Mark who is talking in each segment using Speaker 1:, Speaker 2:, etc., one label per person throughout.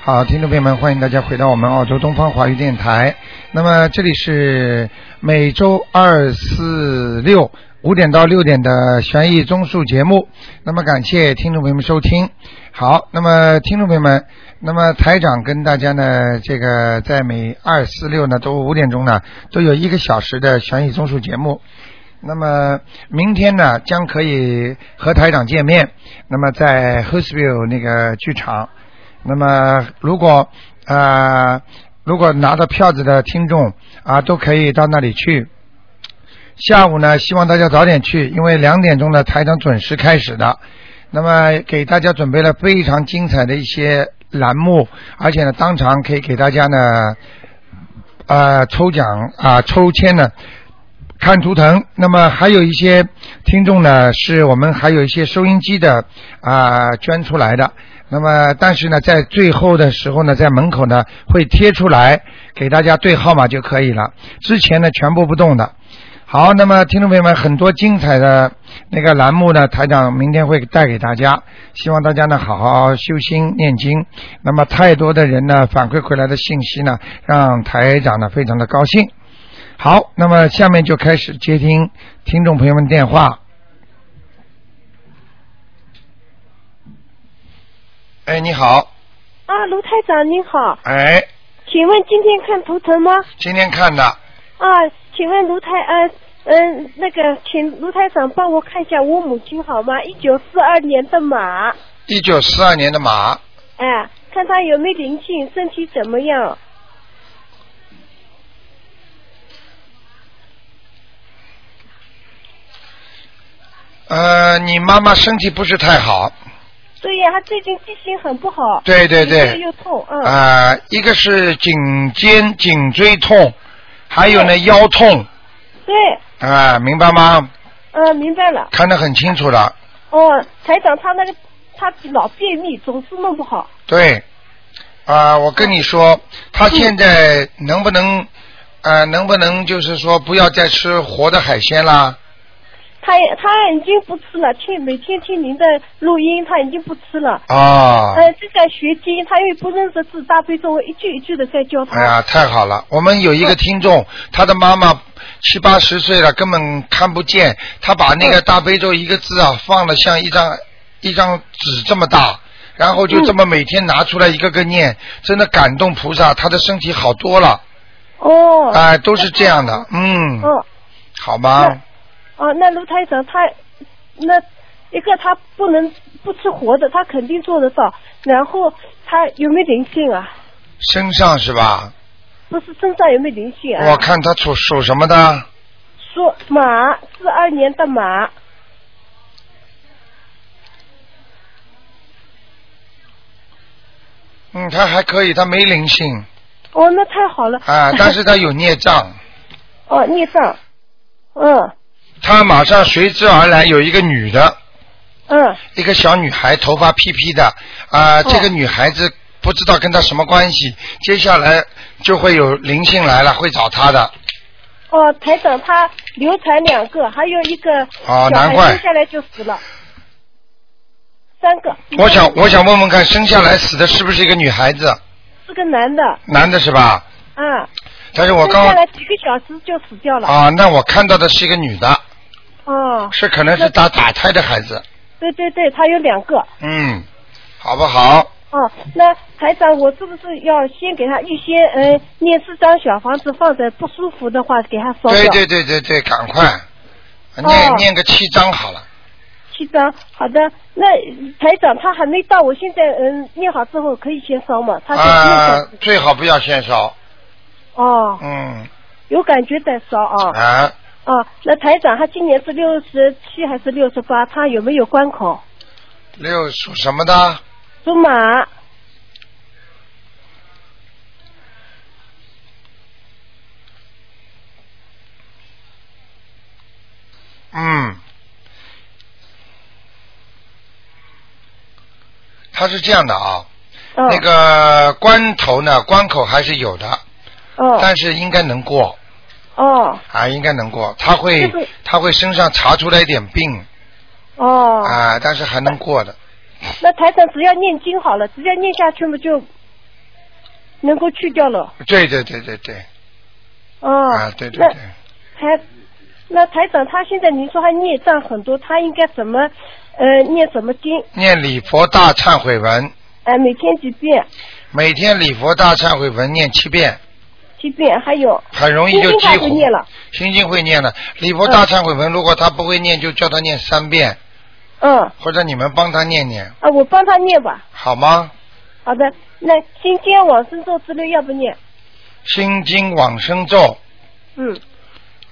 Speaker 1: 好，听众朋友们，欢迎大家回到我们澳洲东方华语电台。那么这里是每周二、四、六五点到六点的悬疑综述节目。那么感谢听众朋友们收听。好，那么听众朋友们，那么台长跟大家呢，这个在每二、四、六呢，都五点钟呢，都有一个小时的悬疑综述节目。那么明天呢，将可以和台长见面。那么在 h u s v i l l e 那个剧场。那么如果呃如果拿到票子的听众啊，都可以到那里去。下午呢，希望大家早点去，因为两点钟呢台长准时开始的。那么给大家准备了非常精彩的一些栏目，而且呢当场可以给大家呢呃抽奖啊、抽签呢。看图腾，那么还有一些听众呢，是我们还有一些收音机的啊、捐出来的。那么，但是呢，在最后的时候呢，在门口呢会贴出来给大家对号码就可以了。之前呢全部不动的。好，那么听众朋友们，很多精彩的那个栏目呢，台长明天会带给大家，希望大家呢好好修心念经。那么太多的人呢反馈回来的信息呢，让台长呢非常的高兴。好，那么下面就开始接听听众朋友们电话。哎，你好，
Speaker 2: 啊，卢台长您好，
Speaker 1: 哎，
Speaker 2: 请问今天看图腾吗？
Speaker 1: 今天看的
Speaker 2: 啊，请问卢台呃嗯、那个，请卢台长帮我看一下我母亲好吗？一九四二年的马，
Speaker 1: 一九四二年的马，
Speaker 2: 哎，看她有没有灵性，身体怎么样？
Speaker 1: 呃，你妈妈身体不是太好，
Speaker 2: 对呀，她最近记性很不好，
Speaker 1: 对对对
Speaker 2: 一个又痛，嗯，
Speaker 1: 啊、一个是颈肩颈椎痛，还有呢腰痛，
Speaker 2: 对，
Speaker 1: 啊、明白吗？
Speaker 2: 嗯，明白了。
Speaker 1: 看得很清楚了，
Speaker 2: 哦，台长他那个他老便秘，总是弄不好，
Speaker 1: 对，啊、我跟你说，她现在能不能，呃，能不能就是说不要再吃活的海鲜啦？
Speaker 2: 他也他已经不吃了，听每天听您的录音，他已经不吃了。
Speaker 1: 啊，
Speaker 2: 呃，正在学经，他又不认识字，大悲咒我一句一句的在教他。
Speaker 1: 哎呀，太好了！我们有一个听众，他的妈妈七八十岁了，根本看不见。他把那个大悲咒一个字啊，放的像一张一张纸这么大，然后就这么每天拿出来一个个念，真的感动菩萨，他的身体好多了。
Speaker 2: 哦。
Speaker 1: 哎、都是这样的，嗯，
Speaker 2: 哦
Speaker 1: 好吧，
Speaker 2: 哦，那卢台长他那一个他不能不吃活的，他肯定做得到。然后他有没有灵性啊？
Speaker 1: 身上是吧？
Speaker 2: 不是身上有没有灵性啊？
Speaker 1: 我看他属属什么的？
Speaker 2: 说马四二年的马，
Speaker 1: 嗯，他还可以，他没灵 性
Speaker 2: 哦，那太好了。
Speaker 1: 啊、但是他有孽障。
Speaker 2: 哦，孽障，嗯
Speaker 1: 他马上随之而来有一个女的，
Speaker 2: 嗯，
Speaker 1: 一个小女孩，头发披披的啊、
Speaker 2: 哦
Speaker 1: 这个女孩子不知道跟他什么关系，接下来就会有灵性来了，会找他的。
Speaker 2: 哦，台长他流产两个，还有一个
Speaker 1: 哦
Speaker 2: 小
Speaker 1: 难怪
Speaker 2: 孩生下来就死了，三个。
Speaker 1: 我想，我想问问看，生下来死的是不是一个女孩子？
Speaker 2: 是个男的，
Speaker 1: 男的是吧？
Speaker 2: 啊，
Speaker 1: 但是我
Speaker 2: 生
Speaker 1: 刚
Speaker 2: 下来几个小时就死掉了。
Speaker 1: 啊，那我看到的是一个女的，
Speaker 2: 哦，
Speaker 1: 是可能是打打胎的孩子。
Speaker 2: 对对对，他有两个。
Speaker 1: 嗯，好不好？
Speaker 2: 哦，那台长，我是不是要先给他预先呃念四张小房子放着，不舒服的话给他烧掉？
Speaker 1: 对对对对对，赶快念、
Speaker 2: 哦
Speaker 1: 念个七章好了。
Speaker 2: 七张，好的。那台长他还没到，我现在嗯念好之后可以先烧嘛？他
Speaker 1: 啊、
Speaker 2: 先念着。
Speaker 1: 最好不要先烧。
Speaker 2: 哦，
Speaker 1: 嗯
Speaker 2: 有感觉再烧啊。
Speaker 1: 啊，
Speaker 2: 哦，那台长他今年是六十七还是六十八？他有没有关口？
Speaker 1: 六属什么的？
Speaker 2: 属马，
Speaker 1: 嗯，他是这样的啊，
Speaker 2: 哦，
Speaker 1: 那个关头呢，关口还是有的，
Speaker 2: 哦
Speaker 1: 但是应该能过
Speaker 2: 哦
Speaker 1: 啊，应该能过。他会
Speaker 2: 就是
Speaker 1: 他会身上查出来一点病
Speaker 2: 哦，
Speaker 1: 啊啊，但是还能过的。
Speaker 2: 那台长只要念经好了，直接念下去嘛就能够去掉了。
Speaker 1: 对对对对对，
Speaker 2: 啊，
Speaker 1: 啊对对对。
Speaker 2: 那台那台长他现在您说他孽障很多，他应该怎么呃念什么经？
Speaker 1: 念礼佛大忏悔文，
Speaker 2: 哎、每天几遍？
Speaker 1: 每天礼佛大忏悔文念七遍，
Speaker 2: 几遍？还有
Speaker 1: 很容易
Speaker 2: 心
Speaker 1: 就
Speaker 2: 经
Speaker 1: 激
Speaker 2: 他就
Speaker 1: 活。
Speaker 2: 念了，
Speaker 1: 心经会念的，礼佛大忏悔文，如果他不会念，就叫他念三遍，
Speaker 2: 嗯
Speaker 1: 或者你们帮他念念，
Speaker 2: 啊，我帮他念吧。
Speaker 1: 好吗？
Speaker 2: 好的，那心经往生咒之类要不念？
Speaker 1: 心经往生咒
Speaker 2: 嗯，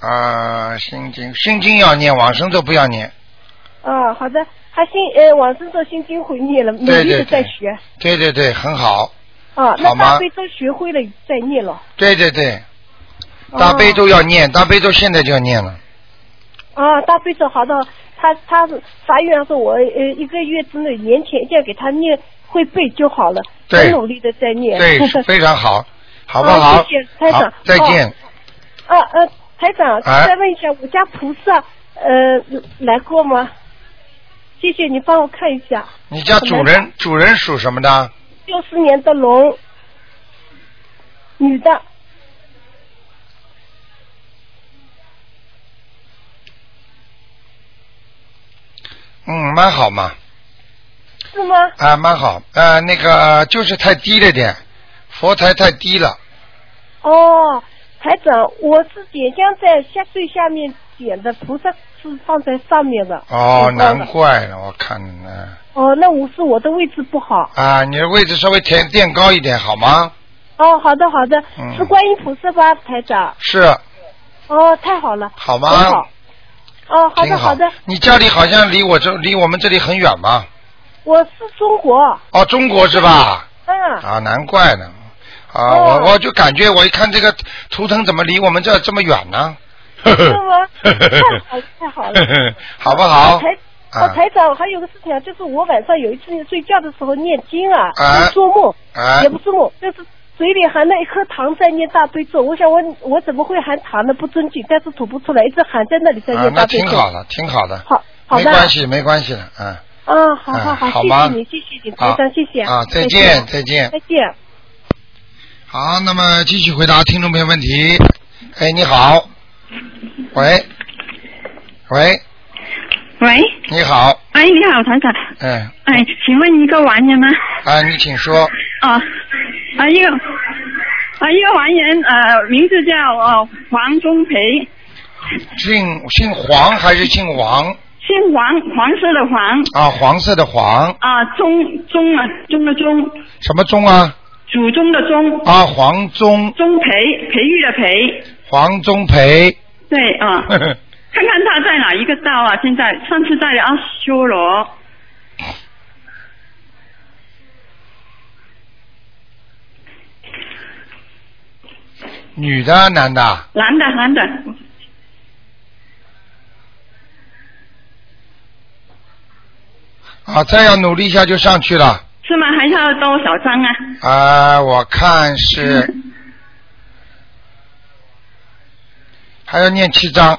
Speaker 1: 啊、心经心经要念，往生咒不要念。
Speaker 2: 啊，好的，他心呃往生咒心经会念了，努
Speaker 1: 对
Speaker 2: 力的
Speaker 1: 对
Speaker 2: 在
Speaker 1: 对
Speaker 2: 学
Speaker 1: 对对对，很好。
Speaker 2: 啊。
Speaker 1: 好
Speaker 2: 那
Speaker 1: 吗
Speaker 2: 大悲咒学会了再念了。
Speaker 1: 对对对，
Speaker 2: 哦
Speaker 1: 大悲咒要念，大悲咒现在就要念了。
Speaker 2: 啊，大悲咒好的，他他法院说我呃一个月之内年前一定要给他念会背就好了，
Speaker 1: 对
Speaker 2: 很努力的在念。
Speaker 1: 对， 是非常好，好不
Speaker 2: 啊
Speaker 1: 好？
Speaker 2: 谢谢台长
Speaker 1: 好，再见。
Speaker 2: 啊呃，台长，
Speaker 1: 哎
Speaker 2: 再问一下，我家菩萨呃来过吗？谢谢你帮我看一下，
Speaker 1: 你家主人主人属什么的？
Speaker 2: 六四年的龙，女的，
Speaker 1: 嗯，蛮好嘛，
Speaker 2: 是吗？
Speaker 1: 啊，蛮好。呃，那个就是太低了点，佛台太低了。
Speaker 2: 哦，台长，我是点香在下最下面点的，菩萨是放在上面的。
Speaker 1: 哦，
Speaker 2: 最高的
Speaker 1: 难怪了，我看呢。
Speaker 2: 哦，那我是我的位置不好。
Speaker 1: 啊，你的位置稍微填垫高一点好吗？
Speaker 2: 哦，好的好的，
Speaker 1: 嗯
Speaker 2: 是观音菩萨吧，台长？
Speaker 1: 是，
Speaker 2: 哦，太好了，
Speaker 1: 好吗？
Speaker 2: 很好。哦，好
Speaker 1: 挺
Speaker 2: 的
Speaker 1: 好
Speaker 2: 的，
Speaker 1: 你家里好像离我这离我们这里很远吧？
Speaker 2: 我是中国，
Speaker 1: 哦，中国是吧？
Speaker 2: 嗯，
Speaker 1: 啊，难怪呢。啊，
Speaker 2: 哦
Speaker 1: 我我就感觉我一看这个图腾怎么离我们这儿这么远呢？呵
Speaker 2: 是
Speaker 1: 呵
Speaker 2: 吗？太好了太好
Speaker 1: 呵。
Speaker 2: 了
Speaker 1: 呵 好不好？
Speaker 2: 台哦，
Speaker 1: 啊
Speaker 2: 台长，我还有个事情啊，就是我晚上有一次睡觉的时候念经啊，
Speaker 1: 啊
Speaker 2: 做梦、
Speaker 1: 啊
Speaker 2: 也不是梦，就是嘴里含了一颗糖在念大悲咒。我想我我怎么会含糖呢？不尊敬，但是吐不出来，一直含在那里在
Speaker 1: 啊
Speaker 2: 念，
Speaker 1: 那
Speaker 2: 大悲
Speaker 1: 挺
Speaker 2: 咒。
Speaker 1: 好的，挺好的，
Speaker 2: 好，好
Speaker 1: 没
Speaker 2: 的。
Speaker 1: 关系，没关系的，嗯，
Speaker 2: 啊，好好
Speaker 1: 嗯
Speaker 2: 好，
Speaker 1: 好
Speaker 2: 谢
Speaker 1: 吗
Speaker 2: 谢你，谢谢你，台
Speaker 1: 好
Speaker 2: 长，谢谢
Speaker 1: 啊，再见，
Speaker 2: 见，
Speaker 1: 再见。
Speaker 2: 再见。
Speaker 1: 好，那么继续回答听众朋友问题。哎，你好，喂，喂，
Speaker 3: 喂，
Speaker 1: 你好，
Speaker 3: 喂，你好，团长，
Speaker 1: 哎，
Speaker 3: 哎，请问一个王人吗？
Speaker 1: 啊，你请说，
Speaker 3: 啊，啊一个，啊一个王人，呃，名字叫呃黄忠培，
Speaker 1: 姓姓黄还是姓王？
Speaker 3: 姓黄，黄色的黄，
Speaker 1: 啊，黄色的黄，
Speaker 3: 啊忠忠啊忠的忠，
Speaker 1: 什么宗啊？
Speaker 3: 祖宗的宗，
Speaker 1: 啊，黄宗，
Speaker 3: 忠培，培育的培，
Speaker 1: 黄宗培。
Speaker 3: 对啊，
Speaker 1: 呵呵
Speaker 3: 看看他在哪一个道啊？现在上次在阿修罗，
Speaker 1: 女的，男的？
Speaker 3: 男的男的，
Speaker 1: 啊，再要努力一下就上去了。
Speaker 3: 是吗？还要多少张啊？
Speaker 1: 啊，我看是还要念七章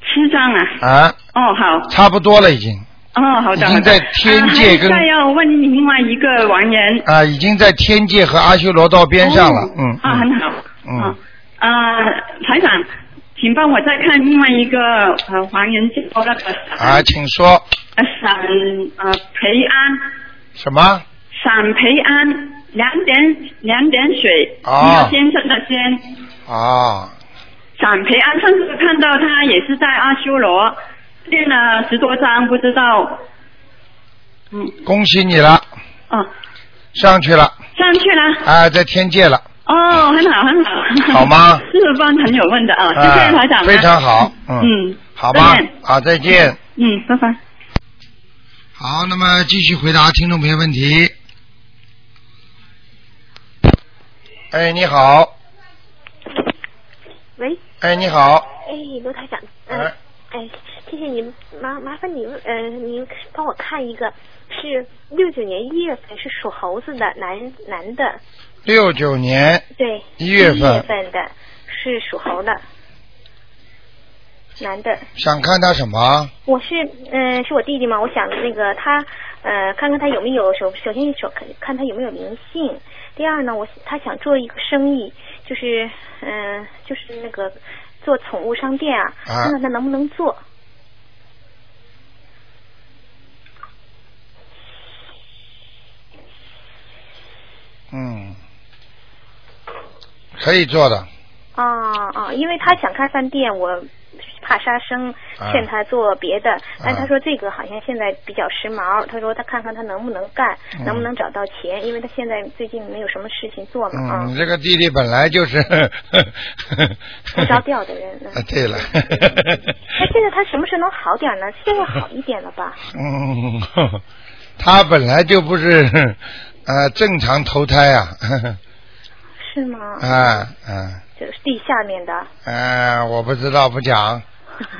Speaker 3: 七张啊？
Speaker 1: 啊，
Speaker 3: 哦，好。
Speaker 1: 差不多了已经
Speaker 3: 哦，好的，
Speaker 1: 已
Speaker 3: 好
Speaker 1: 经
Speaker 3: 的
Speaker 1: 在天界跟
Speaker 3: 啊还再要问另外一个王人
Speaker 1: 啊，已经在天界和阿修罗道边上了
Speaker 3: 哦。
Speaker 1: 嗯
Speaker 3: 啊，
Speaker 1: 嗯
Speaker 3: 很好，
Speaker 1: 嗯
Speaker 3: 啊啊，台长，请帮我再看另外一个呃王人叫那个
Speaker 1: 啊，请说
Speaker 3: 呃闪呃培安
Speaker 1: 什么？
Speaker 3: 闪培安两点两点水，
Speaker 1: 哦
Speaker 3: 一个先生的先。
Speaker 1: 啊，
Speaker 3: 闪培安上次看到他也是在阿修罗练了十多章，不知道，嗯，
Speaker 1: 恭喜你了，
Speaker 3: 哦，
Speaker 1: 上去了
Speaker 3: 上去了。
Speaker 1: 啊，在天界了
Speaker 3: 哦，很好，很好。
Speaker 1: 好 吗
Speaker 3: 这是帮朋友问的啊，谢
Speaker 1: 啊
Speaker 3: 谢台长。，
Speaker 1: 非常。好，嗯，
Speaker 3: 嗯，
Speaker 1: 好吧
Speaker 3: 再见，
Speaker 1: 啊，再见。
Speaker 3: 嗯，拜拜。
Speaker 1: 好，那么继续回答听众朋友问题。哎，你好，
Speaker 4: 喂，
Speaker 1: 哎，你好，
Speaker 4: 哎，罗台长，嗯、
Speaker 1: 哎，
Speaker 4: 哎，谢谢您，麻麻烦您，呃，您帮我看一个，是六九年一月份，是属猴子的男男的，
Speaker 1: 六九年
Speaker 4: 对，
Speaker 1: 一月
Speaker 4: 一
Speaker 1: 份
Speaker 4: 月份的，是属猴的，男的。
Speaker 1: 想看他什么？
Speaker 4: 呃我是，嗯、是我弟弟嘛，我想那个他，呃，看看他有没有首首先首看他有没有灵性。第二呢，我他想做一个生意，就是嗯、呃就是那个做宠物商店啊，
Speaker 1: 啊
Speaker 4: 看看他能不能做。
Speaker 1: 嗯，可以做的，
Speaker 4: 啊啊，因为他想开饭店，我怕杀生，
Speaker 1: 啊
Speaker 4: 劝他做别的，但
Speaker 1: 啊
Speaker 4: 他说这个好像现在比较时髦，他说他看看他能不能干，
Speaker 1: 嗯
Speaker 4: 能不能找到钱，因为他现在最近没有什么事情做嘛啊
Speaker 1: 嗯，，你这个弟弟本来就是，
Speaker 4: 不着调的人呢。嗯
Speaker 1: 啊，对了，
Speaker 4: 那现在他什么时候能好点呢？现在好一点了吧？
Speaker 1: 嗯，他本来就不是呃正常投胎啊，
Speaker 4: 是吗？
Speaker 1: 啊啊
Speaker 4: 就是地下面的。
Speaker 1: 啊，我不知道不 讲，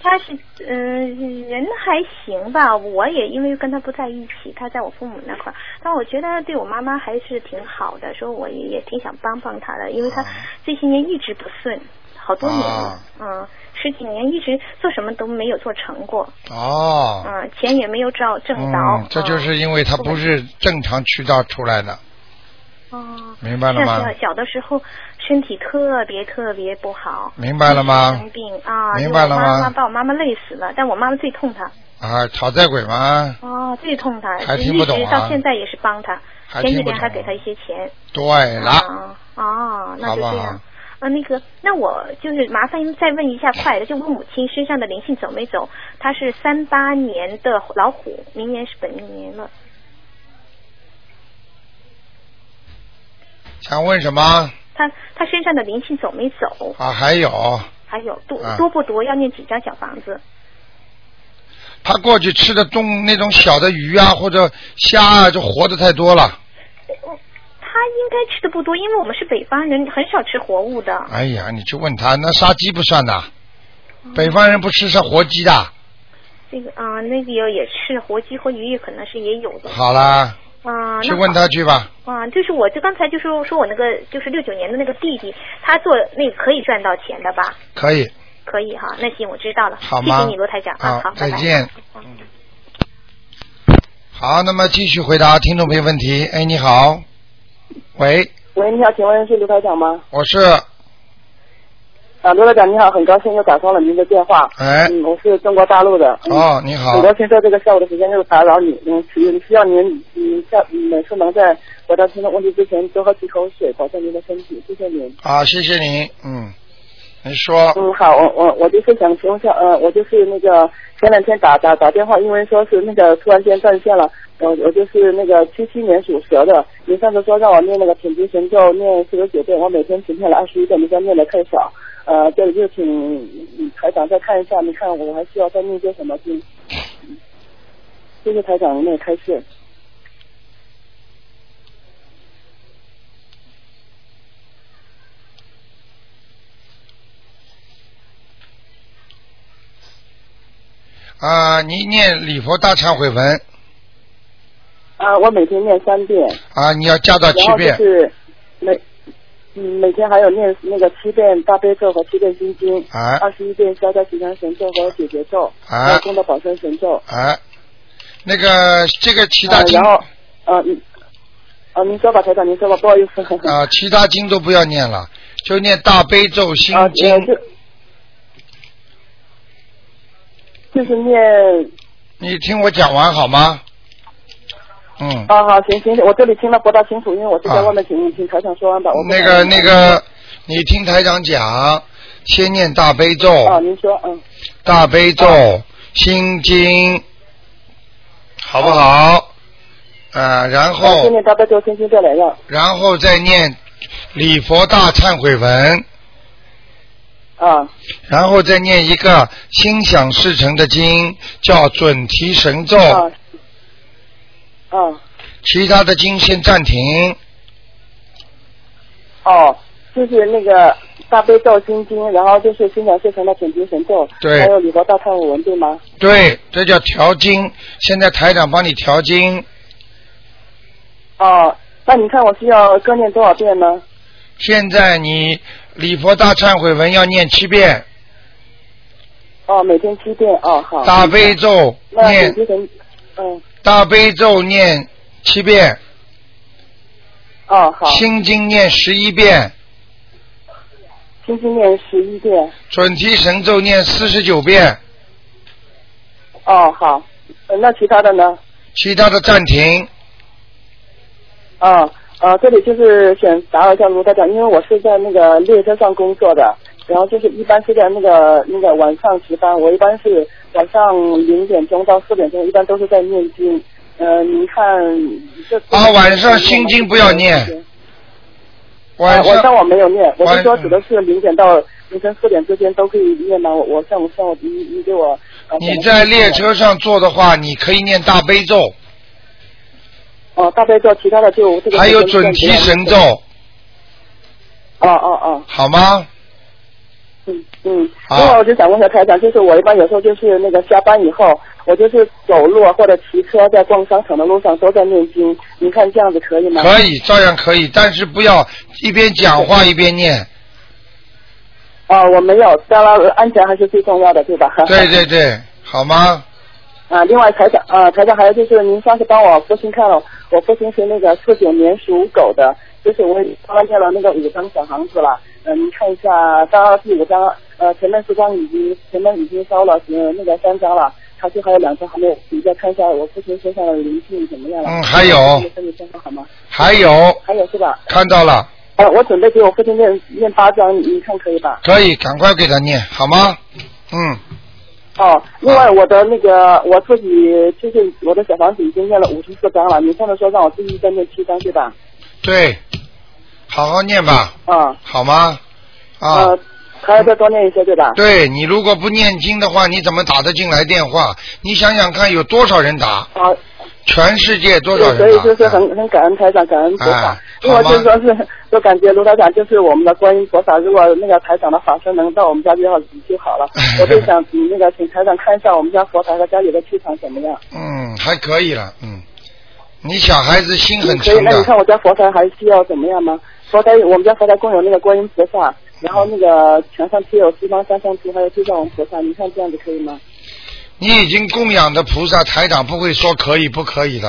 Speaker 4: 他是嗯、人还行吧，我也因为跟他不在一起，他在我父母那块儿，但我觉得他对我妈妈还是挺好的，说我也也挺想帮帮他的，因为他
Speaker 1: 啊
Speaker 4: 这些年一直不顺，好多年了
Speaker 1: 啊，
Speaker 4: 嗯，十几年一直做什么都没有做成过，
Speaker 1: 哦，
Speaker 4: 嗯，钱也没有找挣着，
Speaker 1: 嗯，这就是因为他不是正常渠道出来的，
Speaker 4: 哦，
Speaker 1: 明白了吗
Speaker 4: 是？小的时候身体特别特别不好，
Speaker 1: 明白了吗
Speaker 4: 生？病啊，
Speaker 1: 明白了吗
Speaker 4: 就我妈妈把我妈妈累死了，但我妈妈最痛她。
Speaker 1: 啊，讨债鬼吗？
Speaker 4: 哦，最痛他，
Speaker 1: 还听不懂啊
Speaker 4: 一直到现在也是帮他，
Speaker 1: 还
Speaker 4: 前
Speaker 1: 听
Speaker 4: 几
Speaker 1: 不懂
Speaker 4: 天还给他一些钱。
Speaker 1: 对了，
Speaker 4: 啊，哦，那
Speaker 1: 好
Speaker 4: 就
Speaker 1: 不
Speaker 4: 这
Speaker 1: 好
Speaker 4: 样。啊，那个，那我就是麻烦您再问一下快的，就我母亲身上的灵性走没走？她是三八年的老虎，明年是本命年了。
Speaker 1: 想问什么？
Speaker 4: 她她身上的灵性走没走？
Speaker 1: 啊，还有，
Speaker 4: 还有多、
Speaker 1: 啊
Speaker 4: 多不多？要念几张小房子？
Speaker 1: 他过去吃的中那种小的鱼
Speaker 4: 嗯
Speaker 1: 啊或者虾啊，就活的太多了。
Speaker 4: 她应该吃的不多，因为我们是北方人，很少吃活物的。
Speaker 1: 哎呀，你去问他，那杀鸡不算的，
Speaker 4: 嗯
Speaker 1: 北方人不吃是活鸡的。
Speaker 4: 这个啊、那个也是活鸡和鱼，可能是也有的。
Speaker 1: 好啦，
Speaker 4: 啊、
Speaker 1: 去
Speaker 4: 那
Speaker 1: 问
Speaker 4: 好
Speaker 1: 他去吧。
Speaker 4: 啊，就是我就刚才就说说我那个就是六九年的那个弟弟，他做那个可以赚到钱的吧？
Speaker 1: 可以，
Speaker 4: 可以哈，那行我知道了，
Speaker 1: 好
Speaker 4: 谢
Speaker 1: 吗？
Speaker 4: 谢你罗台长啊，好，
Speaker 1: 再
Speaker 4: 拜拜
Speaker 1: 见。好，那么继续回答听众朋友问题。哎，你好，喂，
Speaker 5: 喂，你好，请问是刘台长吗？
Speaker 1: 我是
Speaker 5: 啊，刘台长你好，很高兴又打通了您的电话。
Speaker 1: 哎
Speaker 5: 嗯，我是中国大陆的。嗯、
Speaker 1: 哦，你好
Speaker 5: 很，高兴在这个下午的时间又打扰你，嗯，需需要您，嗯，下嗯每次能在回答听众问题之前多喝几口水，保证您的身体，谢谢您。
Speaker 1: 啊，谢谢你，嗯，你说，
Speaker 5: 嗯，好，我我我就是想请问一下，呃，我就是那个前两天打打打电话，因为说是那个突然间断线了，我、我就是那个七七年属蛇的，您上次说让我念那个品质神咒念四十九遍，我每天只念了二十一遍，您说念的太少，呃，这里就请嗯台长再看一下，你看我还需要再念些什么经？谢谢台长您的开示。
Speaker 1: 啊，你念礼佛大忏悔文
Speaker 5: 啊，我每天念三遍，
Speaker 1: 啊，你要 加到七
Speaker 5: 然后就
Speaker 1: 遍
Speaker 5: 是每嗯每天还有念那个七遍大悲咒和七遍心经。
Speaker 1: 啊
Speaker 5: 二十一遍消灾吉祥神咒和解结咒，
Speaker 1: 啊
Speaker 5: 还有功德宝山神咒，
Speaker 1: 啊，那个这个其
Speaker 5: 啊
Speaker 1: 他，经
Speaker 5: 然后呃，嗯啊，您说吧，台长，您说吧，不好意思， 啊，
Speaker 1: 啊，其他经都不要念了，就念大悲咒心
Speaker 5: 呃
Speaker 1: 经，
Speaker 5: 就就是念
Speaker 1: 你听我讲完好吗？嗯，
Speaker 5: 啊，好，行行，我这里听得不大清楚，因为我是在
Speaker 1: 啊
Speaker 5: 外面，请请台长说完吧，我不
Speaker 1: 那
Speaker 5: 好
Speaker 1: 个
Speaker 5: 意思
Speaker 1: 那个，你听台长讲，先念大悲
Speaker 5: 啊，
Speaker 1: 咒，
Speaker 5: 您说，嗯，
Speaker 1: 大悲咒心经，好不好？啊，然
Speaker 5: 啊先
Speaker 1: 后
Speaker 5: 念大悲咒心经这两样，
Speaker 1: 然后再念礼佛大忏悔文，
Speaker 5: 啊，
Speaker 1: 然后再念一个心想事成的经，叫准提神咒，
Speaker 5: 啊，啊，
Speaker 1: 其他的经先暂停。
Speaker 5: 哦，就是那个大悲咒心经，然后就是心想事成的准提神咒，
Speaker 1: 对
Speaker 5: 还有礼佛大忏悔文，对吗？
Speaker 1: 对，这叫调经。现在台长帮你调经，
Speaker 5: 哦，那你看我需要各念多少遍呢？
Speaker 1: 现在你礼佛大忏悔文要念七遍，
Speaker 5: 哦，每天七遍。哦，好。
Speaker 1: 大悲咒
Speaker 5: 那准
Speaker 1: 念
Speaker 5: 提神，嗯，
Speaker 1: 大悲咒念七遍，
Speaker 5: 哦，好，
Speaker 1: 心经念十一遍，
Speaker 5: 星期念十一遍。
Speaker 1: 准提神咒念四十九遍，
Speaker 5: 哦，好，呃那其他的呢？
Speaker 1: 其他的暂停。
Speaker 5: 啊，呃，这里就是想打扰一下卢台长，因为我是在那个列车上工作的，然后就是一般是在那个那个晚上值班，我一般是晚上零点钟到四点钟，一般都是在念经。呃，您看这
Speaker 1: 啊晚上心经不要念
Speaker 5: 啊
Speaker 1: 晚
Speaker 5: 晚上
Speaker 1: 上
Speaker 5: 我没有念，我
Speaker 1: 晚
Speaker 5: 是说指的是零点到凌晨四点之间都可以念吗？我我像我像我你你给我、呃
Speaker 1: 你在列车上坐的话，你可以念大悲咒，
Speaker 5: 哦、大悲咒，其他的就这个
Speaker 1: 还有准提神咒，
Speaker 5: 哦哦哦，
Speaker 1: 好吗？
Speaker 5: 嗯嗯。
Speaker 1: 好
Speaker 5: 另外，我就想问一下台长，就是我一般有时候就是那个下班以后，我就是走路啊或者骑车，在逛商场的路上都在念经，您看这样子可以吗？
Speaker 1: 可。以，照样可以，但是不要一边讲话一边念。
Speaker 5: 嗯哦、我没有，当然安全还是最重要的，对吧？
Speaker 1: 对对对，好吗？
Speaker 5: 啊，另外台长啊，台长还有就是您上次帮我父亲看了，我父亲是那个四九年属狗的，就是我已经帮他念了那个五张小房子了，嗯、您看一下，到第五张，呃，前面四张已经前面已经烧了，呃，那个三张了，他就还有两张还没有，你再看一下我父亲身上的灵性怎么样了？
Speaker 1: 嗯还有
Speaker 5: 我身体状况好吗？
Speaker 1: 还有，
Speaker 5: 还有是吧？
Speaker 1: 看到了，
Speaker 5: 呃，我准备给我父亲念念八张，您看可以吧？
Speaker 1: 可以，赶快给他念，好吗？嗯，
Speaker 5: 哦，另外我的那个我自己就是我的小房子已经念了五十四张了，你上次说让我自己再念七张对吧？
Speaker 1: 对，好好念吧，
Speaker 5: 啊，
Speaker 1: 好吗？啊，
Speaker 5: 呃，还要再多念一些对吧？
Speaker 1: 对你如果不念经的话，你怎么打得进来电话？你想想看，有多少人打？
Speaker 5: 啊，
Speaker 1: 全世界多少
Speaker 5: 对，
Speaker 1: 人打？
Speaker 5: 所以就是很很感恩台长，感恩菩萨
Speaker 1: 哎。
Speaker 5: 另外
Speaker 1: 好
Speaker 5: 就
Speaker 1: 吗
Speaker 5: 是说是，就感觉卢台长就是我们的观音菩萨，如果那个台长的法身能到我们家就好就 好了。我就想嗯那个请台长看一下我们家佛台和家里的气场怎么样。
Speaker 1: 嗯，还可以了，嗯。你小孩子心很
Speaker 5: 可以，
Speaker 1: 诚啊
Speaker 5: 那你看
Speaker 1: 的，
Speaker 5: 我家佛台还需要怎么样吗？佛台我们家佛台供有那个观音菩萨，然后那个墙上贴有西方三圣图，还有地藏王菩萨，你看这样子可以吗？
Speaker 1: 你已经供养的菩萨台长不会说可以不可以的。